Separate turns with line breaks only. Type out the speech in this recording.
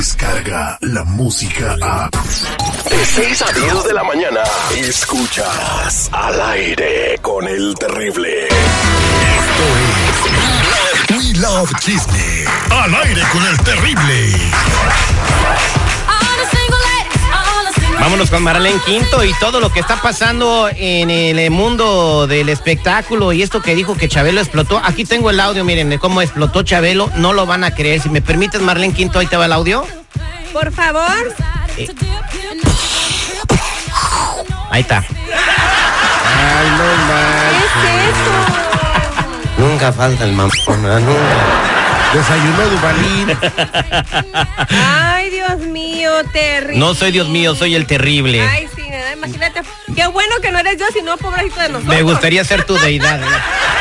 Escucha la música a.
De 6 a 10 de la mañana. Escuchas al aire con el terrible.
Esto es We Love Disney. Al aire con el terrible.
Vámonos con Marlene Quinto y todo lo que está pasando en el mundo del espectáculo y esto que dijo que Chabelo explotó. Aquí tengo el audio, miren de cómo explotó Chabelo. No lo van a creer. Si me permites, Marlene Quinto, ahí te va el audio.
Por favor.
Ahí está.
Ay, no
¿Qué
más.
es
Nunca falta el mamón, ¿verdad? nunca.
Desayuno Dubalín.
eso? Ay, Dios mío, Terry.
No soy Dios mío, soy el terrible.
Ay, sí, nada, imagínate. Qué bueno que no eres yo, sino pobrecito de nosotros.
Me gustaría ser tu deidad. ¿eh?